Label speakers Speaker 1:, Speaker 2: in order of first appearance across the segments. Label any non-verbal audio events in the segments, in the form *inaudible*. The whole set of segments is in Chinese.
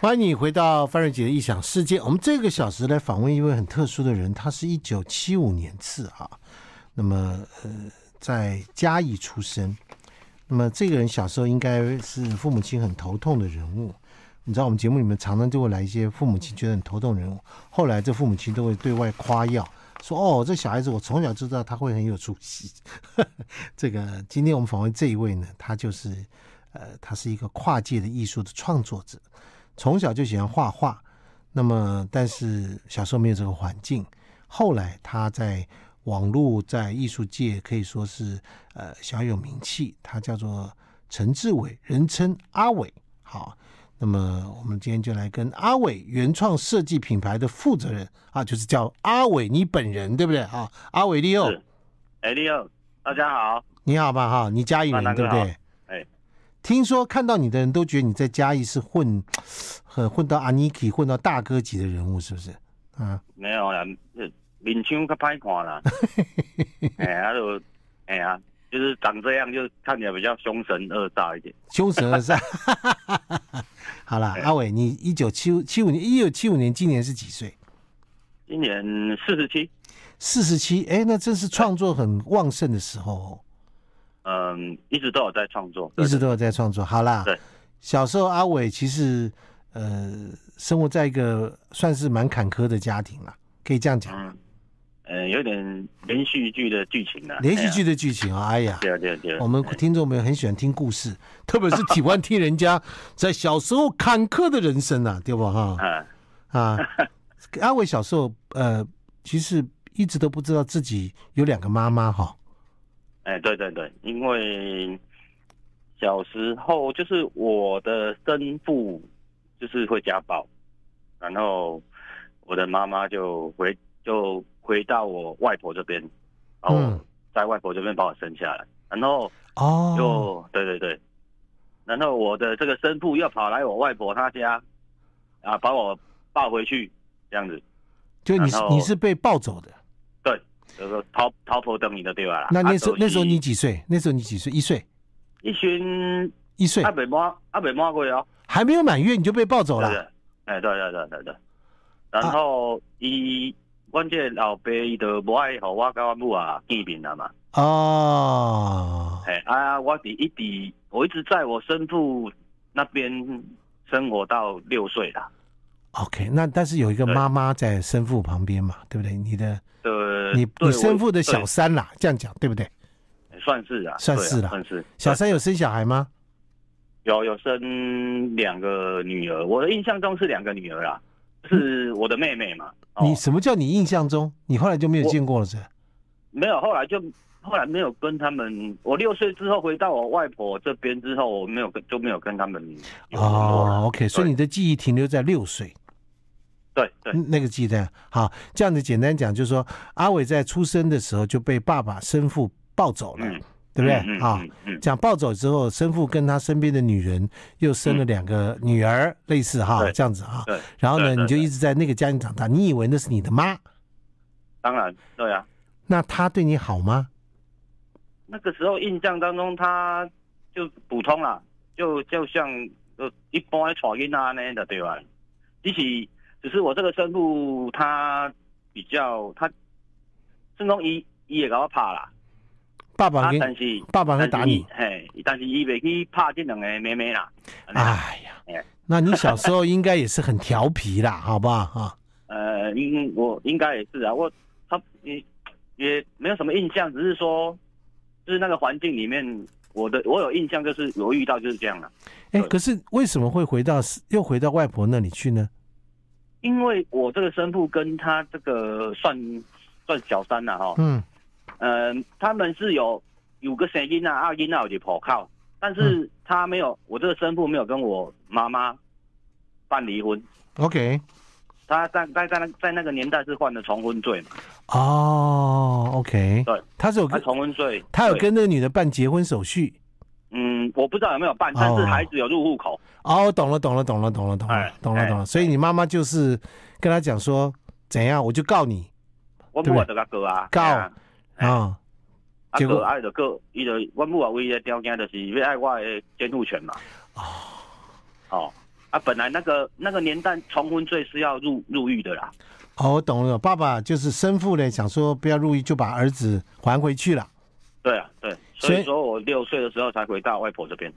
Speaker 1: 欢迎你回到范瑞杰的异想世界。我们这个小时来访问一位很特殊的人，他是一九七五年次啊，那么呃，在嘉义出生。那么这个人小时候应该是父母亲很头痛的人物。你知道我们节目里面常常就会来一些父母亲觉得很头痛的人物，后来这父母亲都会对外夸耀说：“哦，这小孩子我从小就知道他会很有出息。”这个今天我们访问这一位呢，他就是呃，他是一个跨界的艺术的创作者。从小就喜欢画画，那么但是小时候没有这个环境，后来他在网络在艺术界可以说是呃小有名气，他叫做陈志伟，人称阿伟。好，那么我们今天就来跟阿伟原创设计品牌的负责人啊，就是叫阿伟你本人对不对啊？阿伟利奥，
Speaker 2: 是哎，利奥，大家好。
Speaker 1: 你好吧哈，你嘉义人
Speaker 2: 啊南哥
Speaker 1: 对不对
Speaker 2: 好？哎，
Speaker 1: 听说看到你的人都觉得你在嘉义是混， *laughs* 很混到阿尼基，混到大哥级的人物，是不是？啊，
Speaker 2: 没有啦，呃面相较歹看
Speaker 1: *laughs*
Speaker 2: 啦。哎，啊就，哎呀、就是长这样，就看起来比较凶神恶煞一点。
Speaker 1: 凶神恶煞。 *laughs* 好
Speaker 2: 哎
Speaker 1: 啦，阿伟，你一九七五七五年，一九七五年，今年是几岁？
Speaker 2: 今年四十七，
Speaker 1: 四十七。哎，那正是创作很旺盛的时候哦，
Speaker 2: 嗯，一直都有在创作，
Speaker 1: 一直都有在创作。好啦
Speaker 2: 对，
Speaker 1: 小时候阿伟其实呃，生活在一个算是蛮坎坷的家庭啦，可以这样讲吗。
Speaker 2: 嗯，呃，有点连续剧的剧情啦。
Speaker 1: 连续剧的剧情啊，哎呀，
Speaker 2: 哎呀，对啊， *laughs* 对啊，对啊。
Speaker 1: 我们听众朋友很喜欢听故事，特别是喜欢听人家在小时候坎坷的人生啊，对吧？哈啊，
Speaker 2: 啊， *laughs*
Speaker 1: 阿伟小时候呃，其实一直都不知道自己有两个妈妈哈。
Speaker 2: 哎，对对对，因为小时候就是我的生父就是会家暴，然后我的妈妈就回就回到我外婆这边，然后
Speaker 1: 嗯
Speaker 2: 在外婆这边把我生下来，然后就、
Speaker 1: 哦，
Speaker 2: 对对对，然后我的这个生父又跑来我外婆她家，啊，把我抱回去这样子，
Speaker 1: 就你是
Speaker 2: 然后
Speaker 1: 你是被抱走的。
Speaker 2: 对，就是逃逃婆等你的对吧啦？
Speaker 1: 那那
Speaker 2: 啊
Speaker 1: 时候
Speaker 2: 就是
Speaker 1: 那时候你几岁？那时候你几岁？一岁，
Speaker 2: 一群
Speaker 1: 一岁
Speaker 2: 阿北摸阿北摸过哦。
Speaker 1: 还没有满月你就被抱走
Speaker 2: 对
Speaker 1: 了。
Speaker 2: 对，哎，对对对对对。
Speaker 1: 啊
Speaker 2: 然后伊，阮这老爸伊就无爱互我甲我母啊见面啊嘛。
Speaker 1: 哦，
Speaker 2: 哎啊，我伫一直我一直在我生父那边生活到六岁啦。
Speaker 1: OK，那但是有一个
Speaker 2: 对
Speaker 1: 妈妈在生父旁边嘛，对不对？你的
Speaker 2: 呃，
Speaker 1: 你
Speaker 2: 对
Speaker 1: 你生父的
Speaker 2: 我
Speaker 1: 小三啦，这样讲对不对？
Speaker 2: 对算是啊，
Speaker 1: 算是啦
Speaker 2: 对啊算是
Speaker 1: 小
Speaker 2: 对
Speaker 1: 三有生小孩吗？
Speaker 2: 有有生两个女儿，我的印象中是两个女儿啦，是我的妹妹嘛。哦
Speaker 1: 嗯你什么叫你印象中？你后来就没有
Speaker 2: 我
Speaker 1: 见过了是吧？
Speaker 2: 没有，后来就后来没有跟他们。我六岁之后回到我外婆这边之后，我没有跟就没有跟他们有联络了
Speaker 1: 哦，OK，所以你的记忆停留在六岁
Speaker 2: 对对
Speaker 1: 嗯那个记忆的。好，这样子简单讲，就是说阿伟在出生的时候就被爸爸生父抱走了，
Speaker 2: 嗯
Speaker 1: 对不对？
Speaker 2: 嗯
Speaker 1: 啊，
Speaker 2: 嗯嗯
Speaker 1: 讲抱走之后，生父跟他身边的女人又生了两个女儿，类似哈
Speaker 2: 对
Speaker 1: 这样子哈。
Speaker 2: 对。
Speaker 1: 然后呢，
Speaker 2: 对对
Speaker 1: 你就一直在那个家庭长大，你以为那是你的妈，
Speaker 2: 当然对啊，
Speaker 1: 那她对你好吗？
Speaker 2: 那个时候印象当中他就普通啦，就就像就一般的传音啊那样的对吧？只是只是我这个生父他比较他，甚至伊伊也给我拍啦，
Speaker 1: 爸爸
Speaker 2: 啊
Speaker 1: 给你
Speaker 2: 但是
Speaker 1: 爸爸会
Speaker 2: 但
Speaker 1: 打
Speaker 2: 是伊
Speaker 1: 你，
Speaker 2: 嘿，但是伊袂去拍这两个妹妹啦。这样
Speaker 1: 哎呀
Speaker 2: *laughs* 哎，
Speaker 1: 那你小时候应该也是很调皮啦， *laughs* 好不好啊？
Speaker 2: 呃，应我应该也是啊，我他也也没有什么印象，只是说，就是那个环境里面，我的我有印象就是有遇到就是这样了、啊
Speaker 1: 哎，
Speaker 2: 对
Speaker 1: 可是为什么会回到又回到外婆那里去呢？
Speaker 2: 因为我这个生父跟他这个算算小三了、哈，
Speaker 1: 嗯，
Speaker 2: 嗯、他们是有有个声音啊，阿音啊，有点跑靠，但
Speaker 1: 嗯
Speaker 2: 是他没有，我这个生父没有跟我妈妈办离婚，
Speaker 1: OK，
Speaker 2: 他在在在那在那个年代是犯了重婚罪嘛，
Speaker 1: 哦，OK，
Speaker 2: 对，
Speaker 1: 他是有
Speaker 2: 他
Speaker 1: 跟
Speaker 2: 重婚罪，
Speaker 1: 他有
Speaker 2: 对
Speaker 1: 跟那个女的办结婚手续。
Speaker 2: 嗯，我不知道有没有办，但是
Speaker 1: 哦
Speaker 2: 孩子有入户口。
Speaker 1: 哦，懂了，懂了，懂了，懂了，懂了
Speaker 2: 哎，
Speaker 1: 懂了，
Speaker 2: 哎
Speaker 1: 懂了。所以你妈妈就是跟他讲说，怎样我就告你
Speaker 2: 我母也得甲过啊，
Speaker 1: 告
Speaker 2: 嘿啊，哎
Speaker 1: 啊，
Speaker 2: 啊
Speaker 1: 结果
Speaker 2: 过啊就过，伊就我母啊唯一的条件就是要爱我的监护权嘛。哦，哦，啊，本来那个那个年代重婚罪是要入入狱的啦。
Speaker 1: 哦，我懂了，爸爸就是生父呢，想说不要入狱，就把儿子还回去了。
Speaker 2: 对啊，对，
Speaker 1: 所
Speaker 2: 所
Speaker 1: 以
Speaker 2: 以说我六岁的时候才回到外婆这边。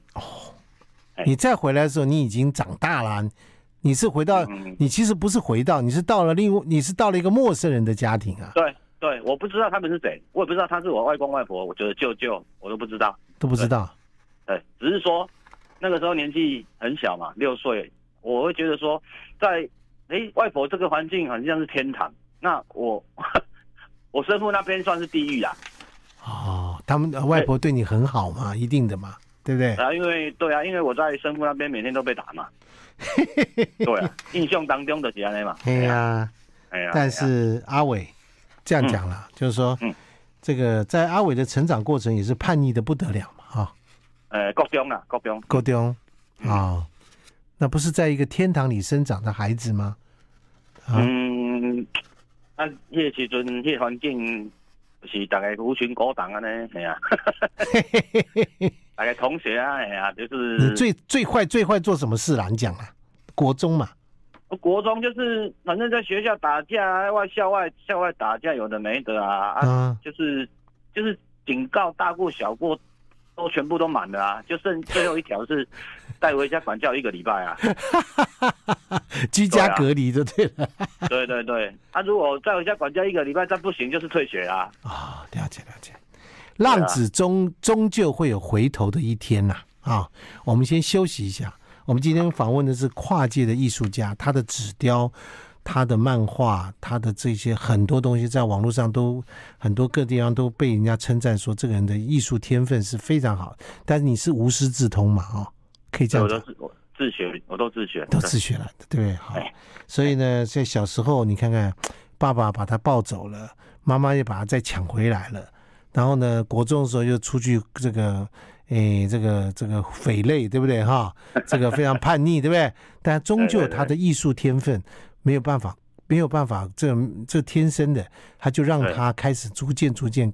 Speaker 2: 哎
Speaker 1: 你再回来的时候，你已经长大了啊、你是回到
Speaker 2: 嗯，
Speaker 1: 你其实不是回到，你是到了另外，你是到了一个陌生人的家庭啊，
Speaker 2: 对对，我不知道他们是谁，我也不知道他是我外公外婆，我觉得舅舅，我都不知道。
Speaker 1: 都不知道。
Speaker 2: 对，呃只是说那个时候年纪很小嘛，六岁，我会觉得说，在诶外婆这个环境好像是天堂，那我 *laughs* 我生父那边算是地狱啊啦。
Speaker 1: 哦，他们呃外婆对你很好嘛，一定的嘛，对不对？
Speaker 2: 啊，因为对啊，因为我在生父那边每天都被打
Speaker 1: *laughs*
Speaker 2: 嘛。对啊，印象当中的是安尼嘛。
Speaker 1: 哎
Speaker 2: 啊，
Speaker 1: 呀，
Speaker 2: 哎呀
Speaker 1: 但是阿伟这样讲了，就是说
Speaker 2: 嗯，
Speaker 1: 这个在阿伟的成长过程也是叛逆的不得了嘛，哦哈，
Speaker 2: 呃，国中啦，国中，
Speaker 1: 够丢
Speaker 2: 嗯
Speaker 1: 啊，那不是在一个天堂里生长的孩子吗？啊
Speaker 2: 嗯，啊，迄个时阵，迄个环境就是大概狐群狗党安尼，
Speaker 1: *laughs*
Speaker 2: 系啊，大概同学啊，系啊，就是
Speaker 1: 你最最坏最坏做什么事啦？你讲啊，国中嘛，
Speaker 2: 国中就是反正在学校打架啊，外校外校外打架有的没的啊，啊，
Speaker 1: 啊，
Speaker 2: 就是就是警告大过小过都全部都满了啊，就剩最后一条是带回家管教一个礼拜
Speaker 1: *laughs*
Speaker 2: 啊。
Speaker 1: 居家隔离就对啊了
Speaker 2: 对对对，啊，如果带回家管教一个礼拜再不行就是退学啊。
Speaker 1: 啊，了解了解。浪子终终究会有回头的一天呐、啊！我们先休息一下。我们今天访问的是跨界的艺术家，他的纸雕、他的漫画、他的这些很多东西，在网络上都很多各地方都被人家称赞说这个人的艺术天分是非常好。但是你是无师自通嘛？哦，可以这
Speaker 2: 所以
Speaker 1: 样
Speaker 2: 我
Speaker 1: 讲
Speaker 2: 都。自我自学，我都自学，
Speaker 1: 都
Speaker 2: 对
Speaker 1: 自学了，对不对？好
Speaker 2: 哎，
Speaker 1: 所以呢，在小时候，你看看，爸爸把他抱走了，妈妈也把他再抢回来了，然后呢，国中的时候又出去这个，诶，这个这个匪类，对不对？哈，这个非常叛逆，对不对？但终究
Speaker 2: 对对对
Speaker 1: 他的艺术天分没有办法，没有办法，这这天生的，他就让
Speaker 2: 对
Speaker 1: 他开始逐渐逐渐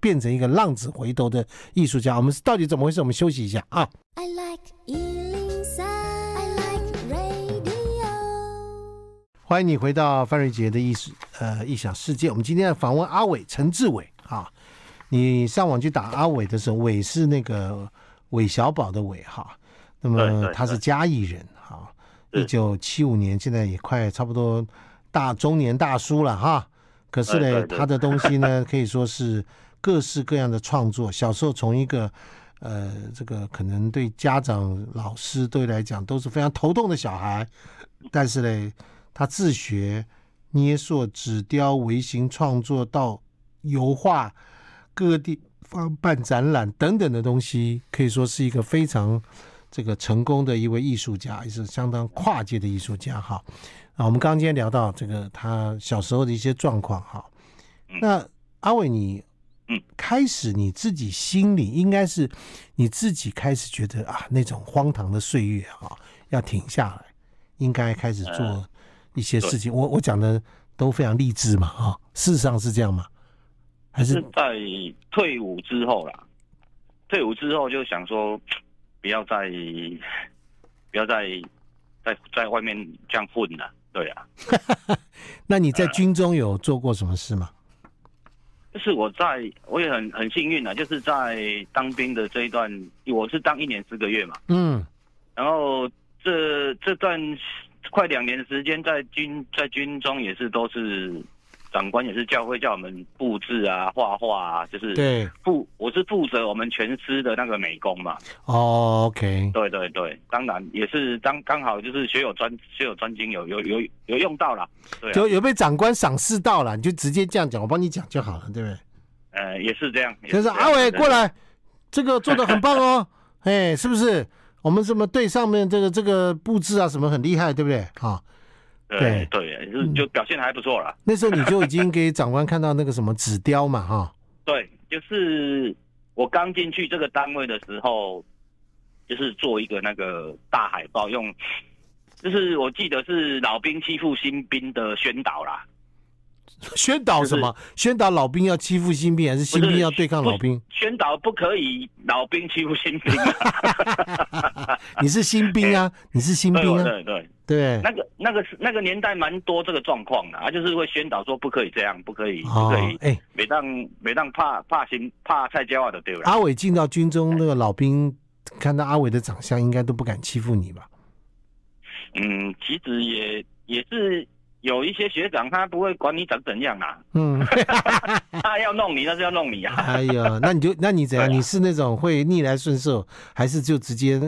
Speaker 1: 变成一个浪子回头的艺术家。我们到底怎么回事？我们休息一下啊。
Speaker 3: I like Ealing Sound. I like radio.
Speaker 1: 欢迎你回到范瑞杰的艺术呃异想世界。我们今天要访问阿伟陈志伟啊，你上网去打阿伟的时候，伟是那个韦小宝的伟哈，那
Speaker 2: 对
Speaker 1: 么
Speaker 2: 对
Speaker 1: 他是
Speaker 2: 对
Speaker 1: 嘉义人哈，一
Speaker 2: 是
Speaker 1: 九七五年，现在也快差不多大中年大叔了哈。可是
Speaker 2: 对
Speaker 1: 呢，
Speaker 2: 哎对对
Speaker 1: 他的东西呢， *laughs* 可以说是各式各样的创作。小时候从一个呃，这个可能对家长、老师对来讲都是非常头痛的小孩，但是呢，他自学捏塑、纸雕、微型创作到油画，各个地方办展览等等的东西，可以说是一个非常这个成功的一位艺术家，也是相当跨界的艺术家哈。啊，我们刚刚今天聊到这个他小时候的一些状况哈。
Speaker 2: 嗯
Speaker 1: 那阿伟你，
Speaker 2: 嗯，
Speaker 1: 开始你自己心里应该是你自己开始觉得啊，那种荒唐的岁月啊，要停下来，应该开始做
Speaker 2: 呃
Speaker 1: 一些
Speaker 2: 对
Speaker 1: 事情。我我讲的都非常励志嘛啊，事实上是这样吗？还
Speaker 2: 是
Speaker 1: 是
Speaker 2: 在退伍之后啦，退伍之后就想说，不要再，不要再，在在外面这样混了。对啊，
Speaker 1: 那你
Speaker 2: 呃
Speaker 1: 在军中有做过什么事吗？
Speaker 2: 就是我在，我也很很幸运啊，就是在当兵的这一段，我是当一年四个月嘛，
Speaker 1: 嗯，
Speaker 2: 然后这这段快两年的时间在军在军中也是都是长官也是教会叫我们布置啊、画画啊，就是
Speaker 1: 对
Speaker 2: 负我是负责我们全师的那个美工嘛。
Speaker 1: 哦，OK，
Speaker 2: 对啊对对，当然也是当刚好就是学有专学有专精有有有有用到啦。对啊、
Speaker 1: 有有被长官赏识到了，你就直接这样讲，我帮你讲就好了，对不对？
Speaker 2: 呃也是这样，也
Speaker 1: 就是
Speaker 2: 这样
Speaker 1: 阿伟过，来，这个做的很棒哦，哎，是不是？我们什么对上面这个这个布置啊，什么很厉害，对不对？哈、
Speaker 2: 对
Speaker 1: 对嗯
Speaker 2: 对对，就是就表现还不错啦。
Speaker 1: 那时候你就已经给长官看到那个什么纸雕嘛，哈、
Speaker 2: 对，就是我刚进去这个单位的时候，就是做一个那个大海报，用就是我记得是老兵欺负新兵的宣导啦。
Speaker 1: *laughs* 宣导什么？宣导老兵要欺负新兵，还是新
Speaker 2: 不
Speaker 1: 兵
Speaker 2: 是
Speaker 1: 要对抗老兵？
Speaker 2: 宣导不可以老兵欺负新兵、啊
Speaker 1: 你是新兵啊，你是 *laughs* 新
Speaker 2: 对
Speaker 1: 兵啊，
Speaker 2: 对对，
Speaker 1: 对
Speaker 2: 那个那个是那个年代蛮多这个状况的，啊，就是会宣导说不可以这样，不可以，不
Speaker 1: 哦
Speaker 2: 可以，，
Speaker 1: 哎，
Speaker 2: 每当每当怕怕新怕菜椒啊的对吧？
Speaker 1: 阿伟进到军中，那个老兵看到阿伟的长相，应该都不敢欺负你吧？
Speaker 2: 嗯，其实也也是有一些学长他不会管你长怎样啊，
Speaker 1: 嗯，
Speaker 2: *laughs* 他要弄你那是要弄你啊，
Speaker 1: 哎呀，那你就那你怎样？
Speaker 2: 对啊
Speaker 1: 你是那种会逆来顺受，还是就直接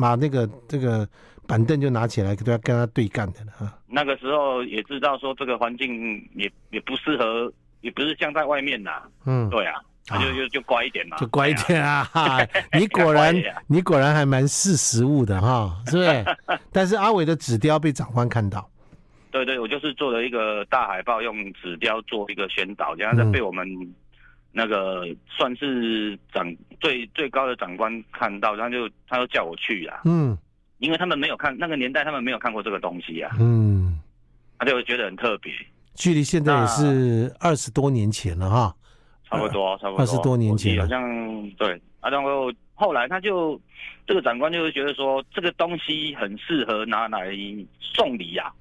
Speaker 1: 把那个这个板凳就拿起来跟他跟他对干的呢？啊，
Speaker 2: 那个时候也知道说这个环境也也不适合，也不是像在外面呐、
Speaker 1: 嗯，
Speaker 2: 对啊，
Speaker 1: 啊
Speaker 2: 就就就乖一点嘛，
Speaker 1: 就乖一
Speaker 2: 对啊
Speaker 1: 点啊！哈你果然
Speaker 2: *laughs* 乖一点啊
Speaker 1: 你果然还蛮识时务的哈，是不
Speaker 2: *laughs*
Speaker 1: 是？但是阿伟的纸雕被长官看到，
Speaker 2: 对对，我就是做了一个大海报，用纸雕做一个宣导，然后
Speaker 1: 嗯
Speaker 2: 被我们那个算是长最最高的长官看到，然后就他就叫我去啊，
Speaker 1: 嗯
Speaker 2: 因为他们没有看那个年代，他们没有看过这个东西啊，
Speaker 1: 嗯，
Speaker 2: 他就觉得很特别，
Speaker 1: 距离现在也是二十多年前了哈。
Speaker 2: 差不多差不多
Speaker 1: 20多呃年前了
Speaker 2: 我记得好像对啊，然后后来他就这个长官就会觉得说这个东西很适合拿来送礼呀、啊。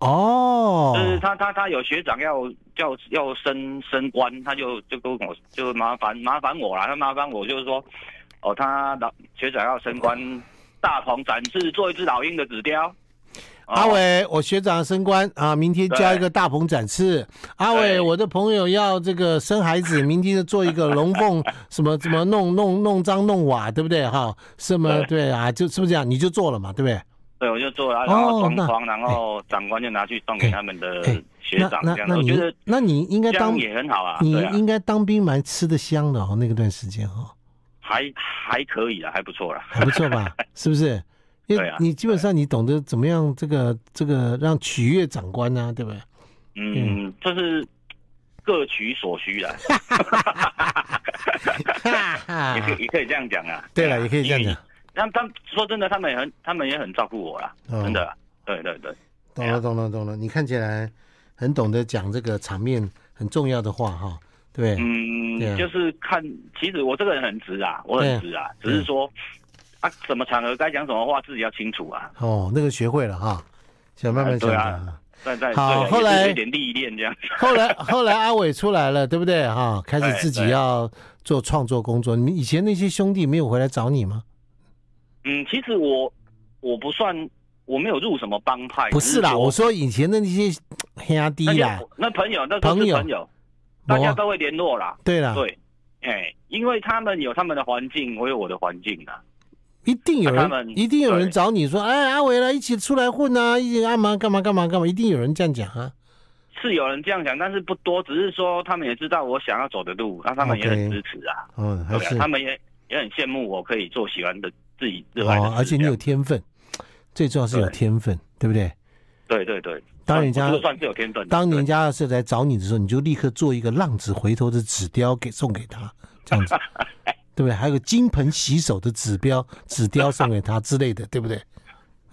Speaker 1: 哦，
Speaker 2: 就是他他他有学长要要要升升官，他就就跟我就麻烦麻烦我啦，他麻烦我就是说，哦，他老学长要升官，大鹏展翅做一只老鹰的指标。哦
Speaker 1: 阿，伟，我学长升官啊，明天交一个大鹏展翅。阿伟，
Speaker 2: 对
Speaker 1: 我的朋友要这个生孩子，明天就做一个龙凤什么什么弄弄弄脏弄瓦，对不对哈？什么对啊？就是不是这样？你就做了嘛，对不对？
Speaker 2: 对，我就做了，
Speaker 1: 哦
Speaker 2: 然后装
Speaker 1: 那
Speaker 2: 框，然后长官就拿去送给他们的
Speaker 1: 哎哎
Speaker 2: 学
Speaker 1: 那
Speaker 2: 长，
Speaker 1: 那
Speaker 2: 这样
Speaker 1: 那
Speaker 2: 子我
Speaker 1: 你
Speaker 2: 觉得
Speaker 1: 那你应该
Speaker 2: 这样
Speaker 1: 当
Speaker 2: 也很好啊，
Speaker 1: 你
Speaker 2: 对啊，
Speaker 1: 应该当兵蛮吃得香的哦，那个段时间哦，
Speaker 2: 还还可以啊，还不错啦。
Speaker 1: 还不错
Speaker 2: *laughs*
Speaker 1: 吧？是不是？因
Speaker 2: 对
Speaker 1: 为
Speaker 2: 啊
Speaker 1: 你基本上你懂得怎么样这个这个让取悦长官啊，
Speaker 2: *laughs*
Speaker 1: 对不对？
Speaker 2: 嗯，就是各取所需啦，
Speaker 1: 哈哈
Speaker 2: 也可以也可以这样讲啊。
Speaker 1: 啊对了，
Speaker 2: 啊
Speaker 1: 也可以这样
Speaker 2: 因为
Speaker 1: 讲。
Speaker 2: 他们他们说真的，他们也很他们也很照顾我啦，
Speaker 1: 嗯
Speaker 2: 真的啦，对对对，
Speaker 1: 懂了，懂了，懂了。你看起来很懂得讲这个场面很重要的话哈，对，
Speaker 2: 嗯，
Speaker 1: 对啊
Speaker 2: 就是看，其实我这个人很直啊，我很直啊，只是说啊，什么场合该讲什么话自己要清楚啊，
Speaker 1: 哦，那个学会了哈，想慢慢
Speaker 2: 哎
Speaker 1: 讲
Speaker 2: 对
Speaker 1: 的
Speaker 2: 啊
Speaker 1: 啊。
Speaker 2: 在在
Speaker 1: 好
Speaker 2: 对啊
Speaker 1: 后
Speaker 2: 也是
Speaker 1: 来
Speaker 2: 有一点历练这样，
Speaker 1: 后来 *laughs* 后来阿伟出来了，对不对哈？开始
Speaker 2: 对
Speaker 1: 自己
Speaker 2: 对
Speaker 1: 要做创作工作。你们以前那些兄弟没有回来找你吗？
Speaker 2: 嗯，其实我我不算，我没有入什么帮派，
Speaker 1: 不是啦，
Speaker 2: 只
Speaker 1: 我说以前的那些黑阿弟
Speaker 2: 那
Speaker 1: 啦
Speaker 2: 些，那朋友那都
Speaker 1: 朋
Speaker 2: 是
Speaker 1: 友
Speaker 2: 朋友，大
Speaker 1: 没
Speaker 2: 家
Speaker 1: 啊
Speaker 2: 都会联络啦，
Speaker 1: 对啦，
Speaker 2: 对，哎，因为他们有他们的环境，我有我的环境啊，
Speaker 1: 一定有
Speaker 2: 那他
Speaker 1: 人
Speaker 2: 们
Speaker 1: 一定有人
Speaker 2: 对
Speaker 1: 找你说，哎，阿伟来一起出来混啊，一起干嘛干嘛干嘛干嘛，一定有人这样讲啊。
Speaker 2: 是有人这样想，但是不多，只是说他们也知道我想要走的路，那他们也
Speaker 1: OK
Speaker 2: 很支持啊
Speaker 1: 嗯，还
Speaker 2: 对
Speaker 1: 是
Speaker 2: 啊，他们也也很羡慕我可以做喜欢的自己热爱的
Speaker 1: 哦
Speaker 2: 事，啊
Speaker 1: 而且你有
Speaker 2: 这样
Speaker 1: 天分，最重要是有
Speaker 2: 对
Speaker 1: 天分，对不对？
Speaker 2: 对对对，
Speaker 1: 当人家
Speaker 2: 我这个算是有天分的，
Speaker 1: 当人
Speaker 2: 对
Speaker 1: 家要是来找你的时候，你就立刻做一个浪子回头的指标给送给他，这
Speaker 2: *laughs*
Speaker 1: 样子，对不对？还有个金盆洗手的指标指标送给他之类的，对不
Speaker 2: *laughs*
Speaker 1: 对？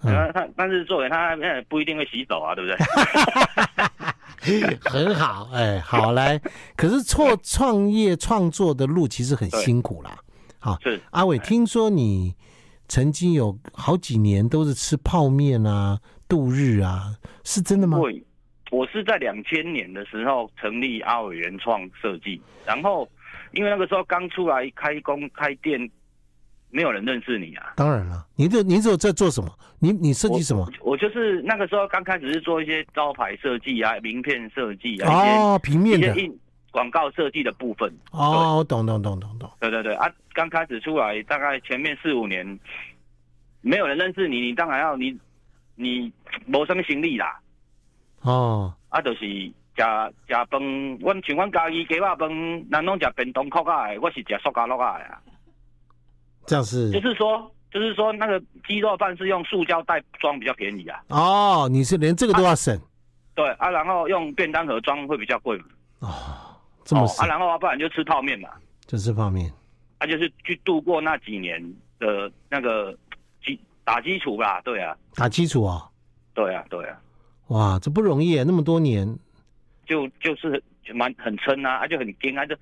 Speaker 1: 嗯，
Speaker 2: 那他但是作为他呃不一定会洗手啊，对不
Speaker 1: *laughs*
Speaker 2: 对？
Speaker 1: 很好，哎，好来。可是创创业创作的路其实很辛苦啦。好，
Speaker 2: 是哎
Speaker 1: 阿伟，听说你曾经有好几年都是吃泡面啊、度日啊，是真的吗？
Speaker 2: 对，我是在两千年的时候成立阿伟原创设计，然后因为那个时候刚出来开工开店，没有人认识你啊。
Speaker 1: 当然了，你这你这在做什么？你你设计什么？
Speaker 2: 我就是那个时候刚开始是做一些招牌设计啊、名片设计啊、一些
Speaker 1: 哦，平面
Speaker 2: 一
Speaker 1: 的
Speaker 2: 些印广告设计的部分。
Speaker 1: 哦，我懂懂懂懂懂，
Speaker 2: 对对对啊，刚开始出来大概前面四五年，没有人认识你，你当然要你你无什么行李啦，
Speaker 1: 哦，
Speaker 2: 啊，就是食食饭，阮像阮家己鸡肉饭，咱拢食便当壳啊的，我是食塑胶肉啊的啊，
Speaker 1: 这样是、
Speaker 2: 就是说就是说那个鸡肉饭是用塑胶袋装比较便宜啊，
Speaker 1: 哦，你是连这个都要省、
Speaker 2: 对啊，然后用便当盒装会比较贵嘛，
Speaker 1: 哦，这么
Speaker 2: 啊哦
Speaker 1: 省、
Speaker 2: 啊，然后啊，不然就吃泡面嘛，
Speaker 1: 就这方面
Speaker 2: 啊，就是去度过那几年的那个基打基础啦，对啊，
Speaker 1: 打基础哦，
Speaker 2: 对啊，对啊。
Speaker 1: 哇，这不容易耶，那么多年，
Speaker 2: 就就是蛮很撑啊，啊就很惊啊，就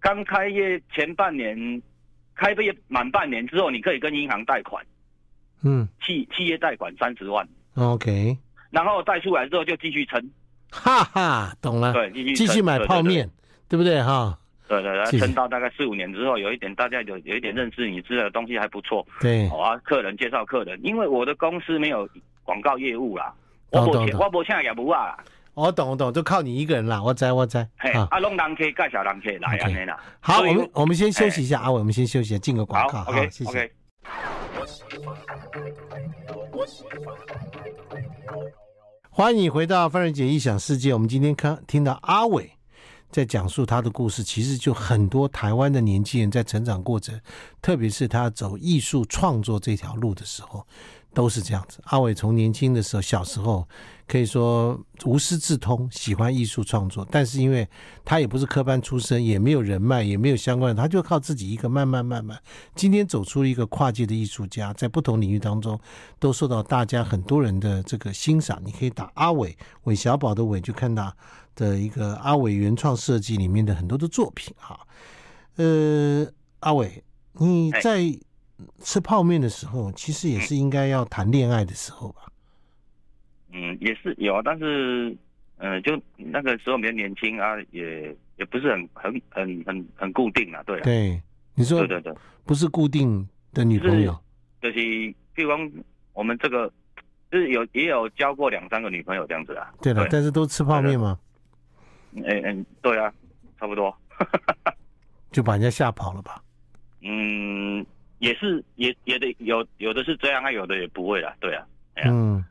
Speaker 2: 刚开业前半年，开业满半年之后，你可以跟银行贷款，
Speaker 1: 嗯
Speaker 2: 企企业贷款三十万，
Speaker 1: ，OK，
Speaker 2: 然后贷出来之后就继续撑，
Speaker 1: 哈哈，懂了，
Speaker 2: 对，继续
Speaker 1: 啊继
Speaker 2: 撑
Speaker 1: 续买
Speaker 2: 对对
Speaker 1: 泡
Speaker 2: 对
Speaker 1: 面，对不对哈？
Speaker 2: 对对
Speaker 1: 继续
Speaker 2: 对，撑到大概四五年之后，有一点大家有有一点认识你知道的东西还不错，
Speaker 1: 对，
Speaker 2: 好、啊，客人介绍客人，因为我的公司没有广告业务啦，我
Speaker 1: 懂
Speaker 2: 不
Speaker 1: 懂
Speaker 2: 欠
Speaker 1: 懂
Speaker 2: 我不欠也不啊啦，
Speaker 1: 我哦懂我懂，就靠你一个人啦，我摘我摘
Speaker 2: 嘿，
Speaker 1: 啊。
Speaker 2: 啊弄人客介绍人客来
Speaker 1: OK
Speaker 2: 安尼啦，
Speaker 1: 好，
Speaker 2: 所以哎
Speaker 1: 我们我们先休息一下，阿伟，我们先休息一下，进个广
Speaker 2: 好
Speaker 1: 告啊，
Speaker 2: ，OK
Speaker 1: 谢谢。
Speaker 2: OK。
Speaker 1: 欢迎你回到范瑞姐异想世界。我们今天看听到阿伟在讲述他的故事，其实就很多台湾的年轻人在成长过程，特别是他走艺术创作这条路的时候，都是这样子。阿伟从年轻的时候，小时候可以说无师自通，喜欢艺术创作，但是因为他也不是科班出身，也没有人脉，也没有相关的，他就靠自己一个慢慢慢慢，今天走出一个跨界的艺术家，在不同领域当中都受到大家很多人的这个欣赏。你可以打阿伟韦小宝的伟，就看到的一个阿伟原创设计里面的很多的作品哈。呃，阿伟，你
Speaker 2: 哎
Speaker 1: 在吃泡面的时候，其实也是应该要谈恋爱的时候吧？
Speaker 2: 嗯，也是有，但是，呃，就那个时候比较年轻啊，也也不是很很很很很固定啊，对啊，
Speaker 1: 对，你说
Speaker 2: 对对对，
Speaker 1: 不是固定的女朋友，
Speaker 2: 就是比如讲我们这个，就是有也有交过两三个女朋友这样子啊，
Speaker 1: 对了，但是都吃泡面嘛，
Speaker 2: 嗯嗯嗯，对啊，差不多，
Speaker 1: 就把人家吓跑了吧？
Speaker 2: 嗯，也是也也得有有的是这样啊，有的也不会啦，对啊，哎呀
Speaker 1: 嗯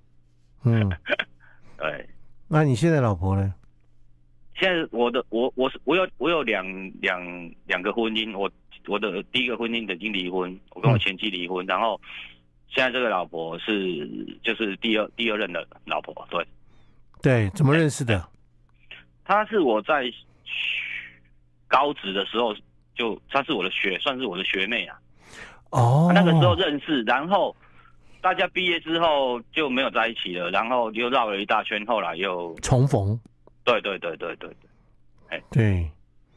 Speaker 1: 嗯，
Speaker 2: 对，
Speaker 1: 那你现在老婆呢？
Speaker 2: 现在我的我我是我有我有两两两个婚姻，我我的第一个婚姻已经离婚，我跟我前妻离婚，然后现在这个老婆是就是第二第二任的老婆，对，
Speaker 1: 对，怎么认识的？
Speaker 2: 她是我在高职的时候就她是我的学算是我的学妹啊，
Speaker 1: 哦，
Speaker 2: 那个时候认识，然后大家毕业之后就没有在一起了，然后又绕了一大圈，后来又
Speaker 1: 重逢，
Speaker 2: 对对对对对对
Speaker 1: 对，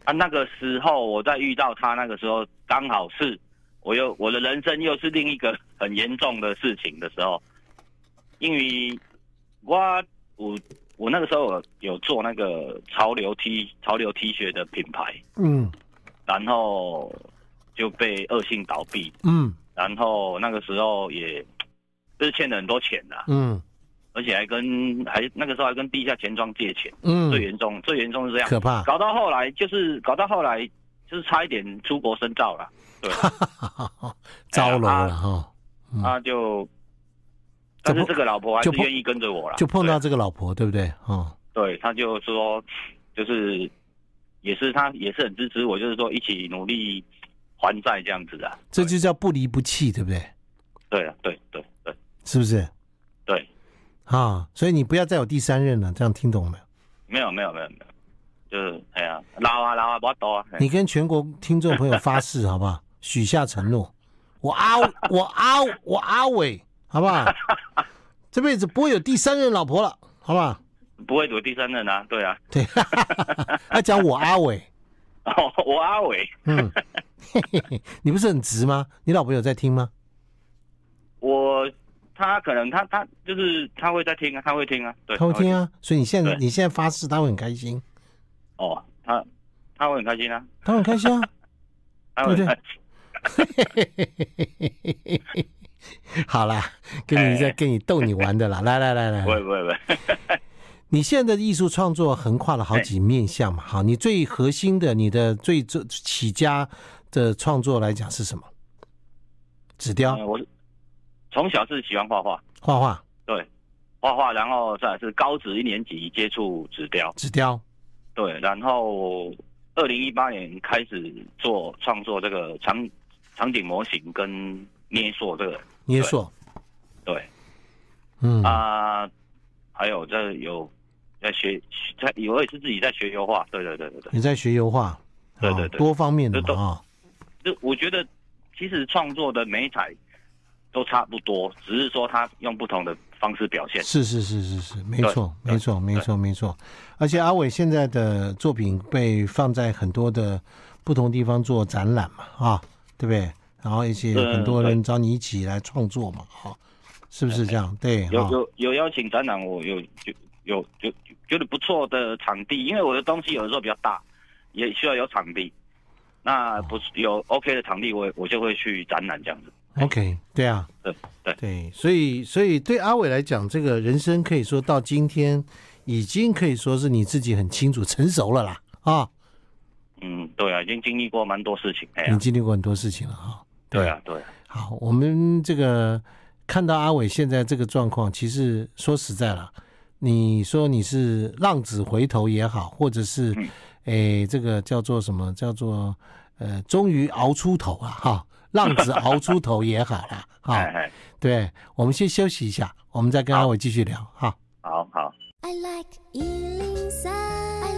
Speaker 2: 啊，那个时候我在遇到他，那个时候刚好是我又我的人生又是另一个很严重的事情的时候，因为我我我那个时候有有做那个潮流 T 潮流 T 恤的品牌，
Speaker 1: 嗯
Speaker 2: 然后就被恶性倒闭，
Speaker 1: 嗯
Speaker 2: 然后那个时候也就是欠了很多钱呐、
Speaker 1: 嗯
Speaker 2: 而且还跟还那个时候还跟地下钱庄借钱，最
Speaker 1: 嗯，
Speaker 2: 严重最严重是这样，
Speaker 1: 可怕，
Speaker 2: 搞到后来就是搞到后来就是差一点出国深造了，
Speaker 1: *laughs* 糟楼了哈，嗯
Speaker 2: 啊就，
Speaker 1: 就
Speaker 2: 但是
Speaker 1: 碰
Speaker 2: 这个老婆还
Speaker 1: 就是碰
Speaker 2: 愿意跟着我了，
Speaker 1: 就碰到这个老婆，对不对？哦，
Speaker 2: 对，对他就说就是也是他也是很支持我，就是说一起努力还债这样子的，
Speaker 1: 这就叫不离不弃，对不对？
Speaker 2: 对啊对对对
Speaker 1: 是不是
Speaker 2: 对，
Speaker 1: 啊？所以你不要再有第三任了，这样听懂没有？
Speaker 2: 没有没有没有没有，就是哎呀老啊老啊不多啊，
Speaker 1: 你跟全国听众朋友发誓好不 *laughs* 好？许下承诺，我阿 *laughs* 我阿我阿伟，好不 *laughs* 好？这辈子不会有第三任老婆了，好不好？
Speaker 2: 不会躲第三任啊，对啊， *laughs*
Speaker 1: 对， *laughs* 他讲我阿伟，
Speaker 2: 我阿伟。
Speaker 1: 嗯， *laughs* 嘿嘿嘿，你不是很直吗？你老婆有在听吗？
Speaker 2: 我他可能他他就是他会在听啊，他会听啊，对，
Speaker 1: 她会听啊，所以你现在
Speaker 2: 对
Speaker 1: 你现在发誓，她会很开心，
Speaker 2: 他会听。哦，他他会很开心啊，
Speaker 1: 她会很开心
Speaker 2: *laughs*
Speaker 1: 啊。
Speaker 2: 他会
Speaker 1: 对
Speaker 2: 很
Speaker 1: 不对
Speaker 2: 开
Speaker 1: 好啦，跟
Speaker 2: 哎
Speaker 1: 你在跟你逗你玩
Speaker 2: *laughs*
Speaker 1: 的啦，来来来
Speaker 2: 不会
Speaker 1: 来，
Speaker 2: 不会不会，
Speaker 1: 你现在的艺术创作横跨了好几面向嘛，好，你最核心的，你的最最起家的创作来讲是什么？纸雕、
Speaker 2: *laughs* 嗯我是从小是喜欢画画，
Speaker 1: 画画、
Speaker 2: 对，画画，然后再来是高职一年级接触纸雕，
Speaker 1: 纸雕，
Speaker 2: 对，然后二零一八年开始做创作这个场场景模型跟捏塑这个，
Speaker 1: 捏塑，
Speaker 2: 对
Speaker 1: 嗯
Speaker 2: 啊、还有这有在学，在我也是自己在学油画，对对对对对。
Speaker 1: 你在学油画，
Speaker 2: 对
Speaker 1: 啊
Speaker 2: 对对
Speaker 1: 多方面的
Speaker 2: 这都
Speaker 1: 嘛啊，
Speaker 2: 就我觉得，其实创作的美彩都差不多，只是说他用不同的方式表现。
Speaker 1: 是是是是是，没错
Speaker 2: 对
Speaker 1: 没错没错没错。而且阿伟现在的作品被放在很多的不同地方做展览嘛，啊，对不对？然后而且
Speaker 2: 嗯
Speaker 1: 很多人找你一起来创作嘛，啊，是不是这样？对，
Speaker 2: 有
Speaker 1: 啊，
Speaker 2: 有有邀请展览，我有就有就就觉得不错的场地，因为我的东西有的时候比较大，也需要有场地。那不是有 OK 的场地，我我就会去展览这样子。
Speaker 1: OK，对啊，
Speaker 2: 对对
Speaker 1: 对，所以所以对阿伟来讲，这个人生可以说到今天，已经可以说是你自己很清楚成熟了啦啊，
Speaker 2: 嗯，对啊，已经经历过蛮多事情。哎呀、
Speaker 1: 你经历过很多事情了啊。
Speaker 2: 对啊，对啊，
Speaker 1: 好，我们这个看到阿伟现在这个状况，其实说实在了，你说你是浪子回头也好，或者是
Speaker 2: 嗯
Speaker 1: 诶、这个叫做什么叫做呃，终于熬出头啊哈，浪子熬出头也好啦
Speaker 2: *laughs* 哎
Speaker 1: 哈。
Speaker 2: 哎，
Speaker 1: 对，我们先休息一下，我们再跟阿伟继续聊哈。
Speaker 2: 好好。
Speaker 3: I like Ealing Sound. I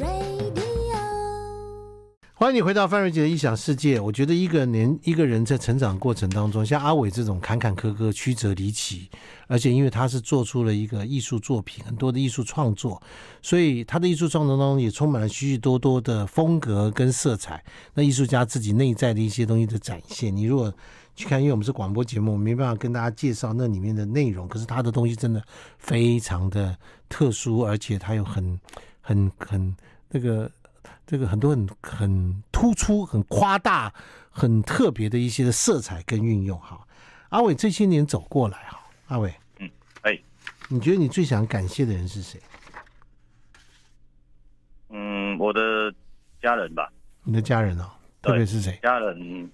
Speaker 3: like radio.
Speaker 1: 欢迎你回到范瑞杰的异想世界。我觉得一个年一个人在成长过程当中，像阿伟这种坎坎坷坷、曲折离奇，而且因为他是做出了一个艺术作品，很多的艺术创作，所以他的艺术创作当中也充满了许许多多的风格跟色彩。那艺术家自己内在的一些东西的展现，你如果去看，因为我们是广播节目，我没办法跟大家介绍那里面的内容，可是他的东西真的非常的特殊，而且他有很很很那个这个很多很很突出、很夸大、很特别的一些的色彩跟运用哈。阿伟这些年走过来哈，阿伟，
Speaker 2: 嗯，哎，
Speaker 1: 你觉得你最想感谢的人是谁？
Speaker 2: 嗯，我的家人吧，
Speaker 1: 你的家人哦，
Speaker 2: 对
Speaker 1: 特别是谁？
Speaker 2: 家人，